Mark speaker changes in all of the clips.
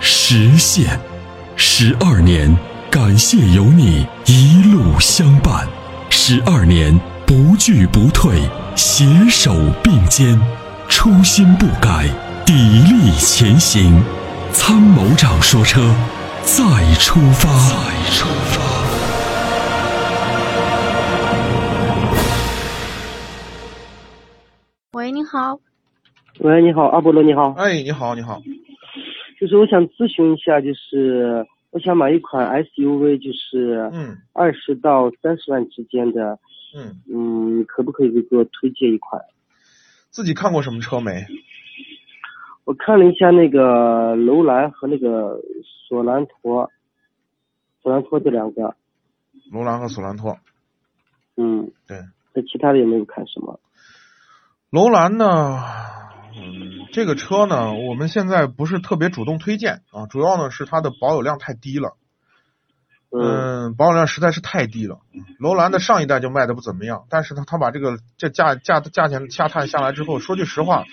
Speaker 1: 实现，十二年，感谢有你一路相伴，十二年不惧不退，携手并肩，初心不改，砥砺前行。”参谋长说：“车，再出发。”再出发。
Speaker 2: 喂，您好，
Speaker 3: 喂，你好，阿波罗，你好，
Speaker 4: 哎，你好，你好，
Speaker 3: 就是我想咨询一下，就是我想买一款 SUV，就是
Speaker 4: 嗯
Speaker 3: 二十到三十万之间的，
Speaker 4: 嗯，
Speaker 3: 嗯，可不可以给我推荐一款？
Speaker 4: 自己看过什么车没？
Speaker 3: 我看了一下那个楼兰和那个索兰托，索兰托这两个，
Speaker 4: 楼兰和索兰托。
Speaker 3: 嗯，
Speaker 4: 对，
Speaker 3: 那其他的也没有看什么，
Speaker 4: 楼兰呢，嗯，这个车呢，我们现在不是特别主动推荐啊，主要呢是它的保有量太低了，
Speaker 3: 嗯
Speaker 4: 嗯，保有量实在是太低了。楼兰的上一代就卖的不怎么样，但是呢，它把这个这价价价钱下探下来之后，说句实话。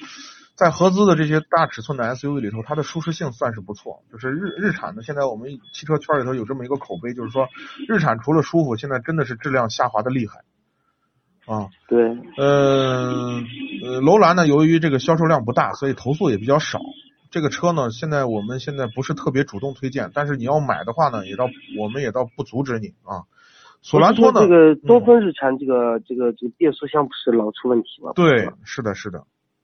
Speaker 4: 在合资的这些大尺寸的 SUV 里头，它的舒适性算是不错。就是日日产的，现在我们汽车圈里头有这么一个口碑，就是说日产除了舒服，现在真的是质量下滑的厉害啊。
Speaker 3: 对，
Speaker 4: 呃，呃，楼兰呢，由于这个销售量不大，所以投诉也比较少。这个车呢，现在我们现在不是特别主动推荐，但是你要买的话呢，也倒我们也倒不阻止你啊。索兰托呢，
Speaker 3: 我是说这个
Speaker 4: 嗯
Speaker 3: 东风日产这个、这个这个变速箱不是老出问题吗？
Speaker 4: 嗯对，是的，是的，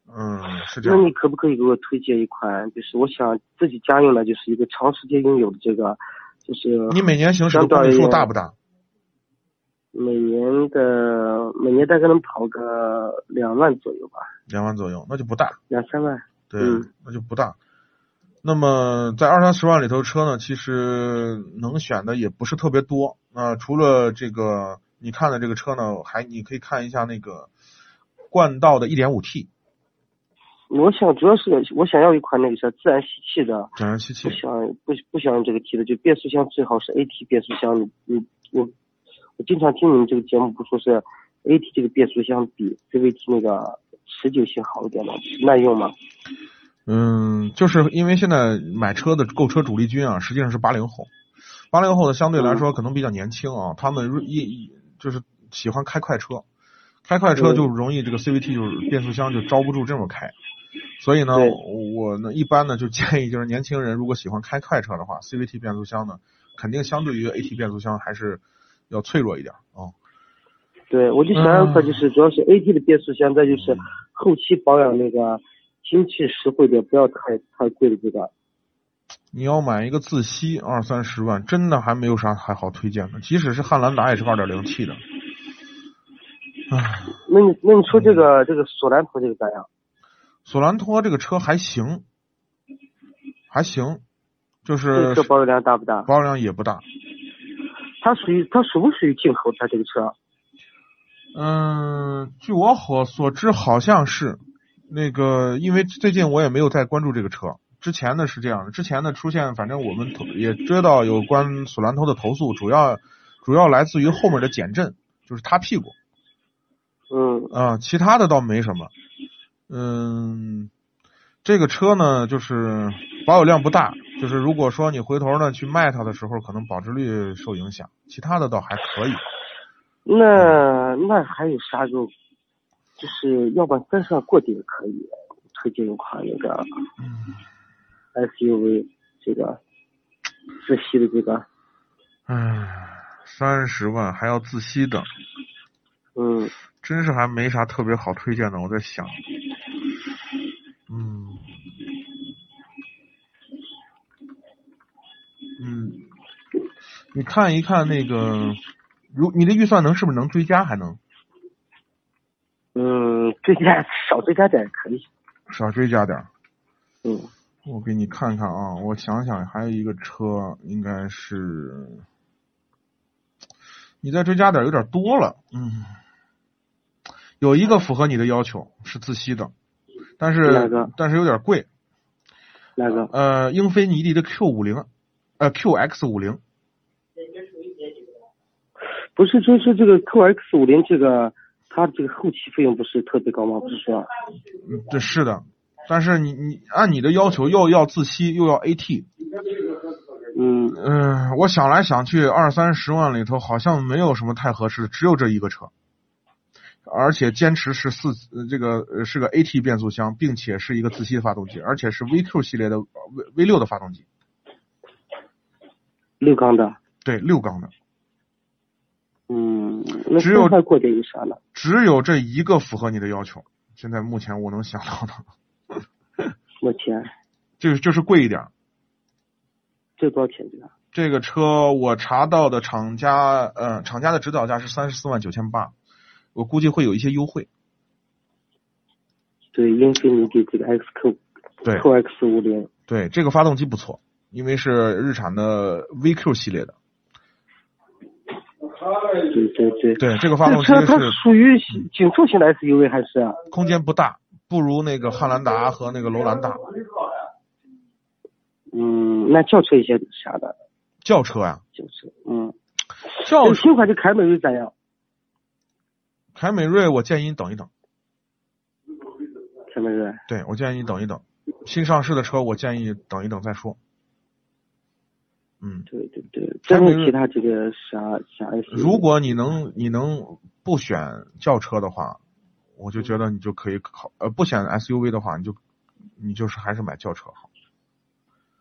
Speaker 4: 嗯，是这
Speaker 3: 那
Speaker 4: 样
Speaker 3: 你可不可以给我推荐一款？就是我想自己家用的，就是一个长时间拥有的这个，就是
Speaker 4: 的。你每年行驶的
Speaker 3: 相对
Speaker 4: 公
Speaker 3: 而
Speaker 4: 里数
Speaker 3: 言
Speaker 4: 大不大？
Speaker 3: 每年的每年大概能跑个两万左右吧，
Speaker 4: 两万左右，那就不大，
Speaker 3: 两三万。
Speaker 4: 对，
Speaker 3: 嗯
Speaker 4: 那就不大。那么在二三十万里头，车呢其实能选的也不是特别多。那、除了这个你看的这个车呢，还你可以看一下那个冠道的 1.5T
Speaker 3: 我想主要是我想要一款那个叫自然吸气的，
Speaker 4: 两人七七
Speaker 3: 不，想不不想用这个 T 的，就变速箱最好是 AT 变速箱。你你我我经常听你们这个节目，不说是 AT 这个变速箱比 CVT 那个持久性好一点吗？耐用吗？
Speaker 4: 嗯，就是因为现在买车的购车主力军啊，实际上是八零后，八零后的相对来说可能比较年轻啊，他们一一就是喜欢开快车，开快车
Speaker 3: 嗯
Speaker 4: 就容易这个 CVT 就是变速箱就招不住这么开，所以呢
Speaker 3: 对，
Speaker 4: 我呢一般呢就建议就是年轻人如果喜欢开快车的话，CVT 变速箱呢肯定相对于 AT 变速箱还是要脆弱一点啊。
Speaker 3: 对，我就想要一款
Speaker 4: 嗯
Speaker 3: 就是主要是 AT 的变速箱，再就是后期保养那个经济实惠点，不要太太贵的这个。
Speaker 4: 你要买一个自吸二三十万，真的还没有啥还好推荐的，即使是汉兰达也是二点零 T 的。唉，
Speaker 3: 那你那你说这个、这个索兰托这个咋样？
Speaker 4: 索兰托这个车还行，还行，就
Speaker 3: 这
Speaker 4: 是
Speaker 3: 个车保有量大不大？
Speaker 4: 保有量也不大。
Speaker 3: 它属于它属不属于进口？它这个车？
Speaker 4: 嗯，据我所所知，好像是那个，因为最近我也没有再关注这个车。之前呢是这样的，之前呢出现，反正我们投也知道有关索兰托的投诉，主要主要来自于后面的减震，就是擦屁股。
Speaker 3: 嗯
Speaker 4: 啊、其他的倒没什么。嗯，这个车呢，就是保有量不大，就是如果说你回头呢去卖它的时候，可能保值率受影响。其他的倒还可以。
Speaker 3: 那那还有啥时候？就是要不然三十万过底的可以，推荐一款那个 SUV 这个自吸的这个，
Speaker 4: 嗯，三十万还要自吸的，
Speaker 3: 嗯，
Speaker 4: 真是还没啥特别好推荐的。我在想，嗯，嗯，你看一看那个，如你的预算能是不是能追加还能？
Speaker 3: 嗯，追加少追加点也可以。
Speaker 4: 少追加点儿。
Speaker 3: 嗯，
Speaker 4: 我给你看看啊，我想想，还有一个车应该是，你再追加点儿有点多了，嗯，有一个符合你的要求是自吸的，但
Speaker 3: 哪
Speaker 4: 是
Speaker 3: 个
Speaker 4: 但是有点贵，
Speaker 3: 那个
Speaker 4: 呃，英菲尼迪的 Q 五零，呃 QX 五零，
Speaker 3: 不是，就是说这个 QX 五零这个，它这个后期费用不是特别高吗？不是说
Speaker 4: 嗯这是的，但是你你按你的要求又要自吸又要 AT，
Speaker 3: 嗯
Speaker 4: 嗯、我想来想去，二三十万里头好像没有什么太合适的，只有这一个车，而且坚持是四呃这个呃是个 AT 变速箱，并且是一个自吸的发动机，而且是 VQ 系列的 V V 六的发动机，
Speaker 3: 六缸的，
Speaker 4: 对，六缸的，
Speaker 3: 嗯，那
Speaker 4: 只有
Speaker 3: 这块过点有啥呢？
Speaker 4: 只有这一个符合你的要求。现在目前我能想到的，
Speaker 3: 什么钱？
Speaker 4: 就是就是贵一点儿。
Speaker 3: 这多少钱这个？
Speaker 4: 这个车我查到的厂家，呃，厂家的指导价是三十四万九千八，我估计会有一些优惠。
Speaker 3: 对，英菲尼迪这个 XQ
Speaker 4: 对
Speaker 3: QX 五零，
Speaker 4: 对，这个发动机不错，因为是日产的 VQ 系列的。
Speaker 3: 对对对。
Speaker 4: 对，这个发
Speaker 3: 这
Speaker 4: 动
Speaker 3: 个车
Speaker 4: 机
Speaker 3: 它
Speaker 4: 是
Speaker 3: 属于紧凑型的 SUV 还是？啊
Speaker 4: 空间不大，不如那个汉兰达和那个楼兰大。
Speaker 3: 嗯，那轿车一些啥的，
Speaker 4: 轿车啊呀、
Speaker 3: 就是嗯，
Speaker 4: 轿车
Speaker 3: 新款的凯美瑞咋样？
Speaker 4: 凯美瑞，我建议你等一等。
Speaker 3: 凯美瑞，
Speaker 4: 对，我建议你等一等。新上市的车，我建议等一等再说。嗯，
Speaker 3: 对对对，
Speaker 4: 凯
Speaker 3: 再
Speaker 4: 美瑞
Speaker 3: 问其他这个啥啥 SUV，
Speaker 4: 如果你能你能不选轿车的话，我就觉得你就可以考呃不选 SUV 的话，你就你就是还是买轿车好。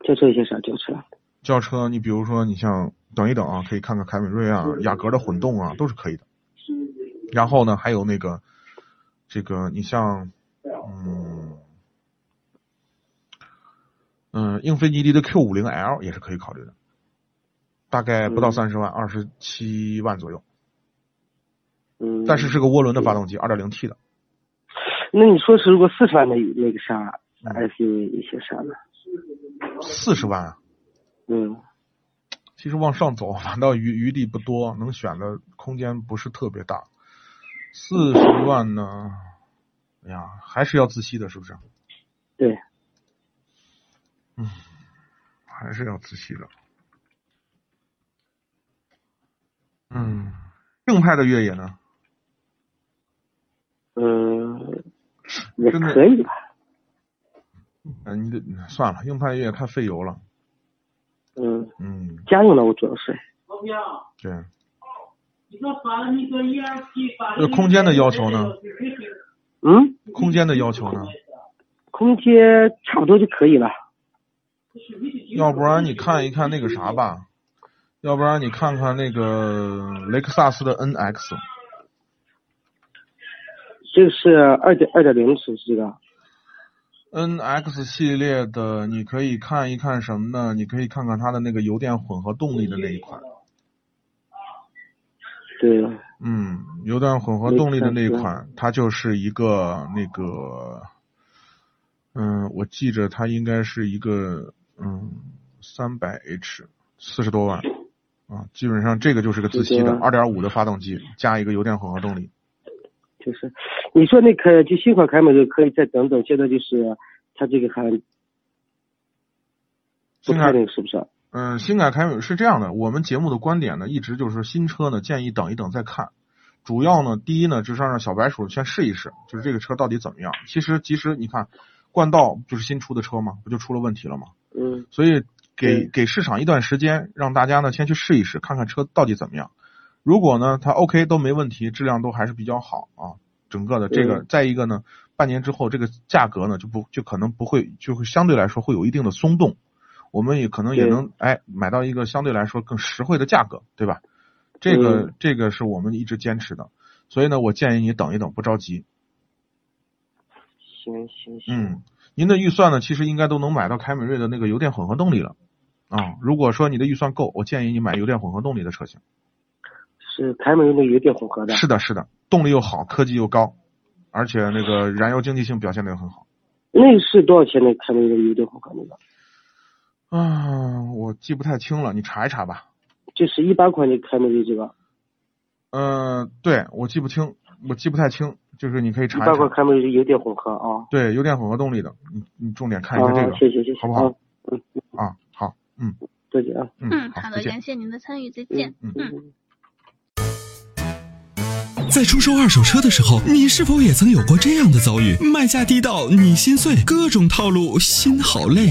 Speaker 3: 轿车一些啥轿车？
Speaker 4: 轿车你比如说你像等一等啊，可以看看凯美瑞啊、雅阁的混动啊，都是可以的。然后呢，还有那个这个你像嗯嗯英菲尼迪的 Q 五零 L 也是可以考虑的，大概不到
Speaker 3: 嗯
Speaker 4: 三十万，二十七万左右。
Speaker 3: 嗯，
Speaker 4: 但是是个涡轮的发动机，二点零 T 的。
Speaker 3: 那你说是如果四川的有那个啥
Speaker 4: 嗯
Speaker 3: SUV 一些啥呢？
Speaker 4: 四十万啊，
Speaker 3: 嗯，
Speaker 4: 其实往上走 反倒余余地不多，能选的空间不是特别大。四十万呢，哎呀，还是要自吸的，是不是？
Speaker 3: 对，
Speaker 4: 还是要自吸的。嗯，硬派的越野呢？
Speaker 3: 嗯，也
Speaker 4: 真的
Speaker 3: 可以吧。
Speaker 4: 嗯，你得算了，硬派越野太费油了。
Speaker 3: 嗯，
Speaker 4: 嗯，
Speaker 3: 家用的我主要是，
Speaker 2: 老乡，
Speaker 4: 对，
Speaker 2: 你说把那个 E 烟机把
Speaker 4: 这空间的要求呢？
Speaker 3: 嗯，
Speaker 4: 空间的要求呢？
Speaker 3: 空间差不多就可以了。
Speaker 4: 要不然你看一看那个啥吧，要不然你看看那个雷克萨斯的 NX。
Speaker 3: 这个是二点二点零是不是这个？
Speaker 4: NX 系列的，你可以看一看什么呢？你可以看看它的那个油电混合动力的那一款，
Speaker 3: 对，
Speaker 4: 嗯，油电混合动力的那一款，它就是一个那个，嗯，我记着它应该是一个，嗯，三百 H，四十多万，啊，基本上这个就是个自吸的
Speaker 3: 这个
Speaker 4: 二点五的发动机加一个油电混合动力，
Speaker 3: 就是你说那个就新款凯美瑞可以再等等，现在就是它这个还不确
Speaker 4: 新凯
Speaker 3: 定是不啊是？
Speaker 4: 嗯，新改凯美是这样的，我们节目的观点呢，一直就是新车呢，建议等一等再看。主要呢，第一呢，就是让小白鼠先试一试，就是这个车到底怎么样。其实，其实你看，冠道就是新出的车嘛，不就出了问题了吗？
Speaker 3: 嗯，
Speaker 4: 所以给
Speaker 3: 对
Speaker 4: 给市场一段时间，让大家呢先去试一试，看看车到底怎么样。如果呢它 OK 都没问题，质量都还是比较好啊，整个的这个，
Speaker 3: 嗯
Speaker 4: 再一个呢，半年之后这个价格呢就不就可能不会就会相对来说会有一定的松动，我们也可能也
Speaker 3: 对
Speaker 4: 能哎买到一个相对来说更实惠的价格，对吧？这个、
Speaker 3: 嗯
Speaker 4: 这个是我们一直坚持的，所以呢，我建议你等一等，不着急。
Speaker 3: 行行行，
Speaker 4: 嗯，您的预算呢，其实应该都能买到凯美瑞的那个油电混合动力了。啊，如果说你的预算够，我建议你买油电混合动力的车型。
Speaker 3: 是凯美瑞那个油电混合的。
Speaker 4: 是的，是的，动力又好，科技又高，而且那个燃油经济性表现的也很好。
Speaker 3: 那个是多少钱呢？开那个油电混合那个，
Speaker 4: 啊，我记不太清了，你查一查吧。
Speaker 3: 就是一百块你开那个这个，
Speaker 4: 嗯，对，我记不清，我记不太清，就是你可以
Speaker 3: 一
Speaker 4: 查一
Speaker 3: 百块
Speaker 4: 查。
Speaker 3: 开那个油电混合啊。
Speaker 4: 对，油电混合动力的，你你重点看一下这
Speaker 3: 啊，
Speaker 4: 个
Speaker 3: 谢谢谢谢，
Speaker 4: 好不好
Speaker 3: 啊？嗯，
Speaker 4: 啊。好，嗯
Speaker 3: 再见啊。
Speaker 4: 嗯，
Speaker 5: 嗯，
Speaker 4: 好，
Speaker 5: 好
Speaker 4: 再
Speaker 5: 的，
Speaker 4: 见。
Speaker 5: 感谢您的参与，再见。嗯
Speaker 3: 嗯。
Speaker 1: 在出售二手车的时候，你是否也曾有过这样的遭遇？卖价低到你心碎，各种套路，心好累。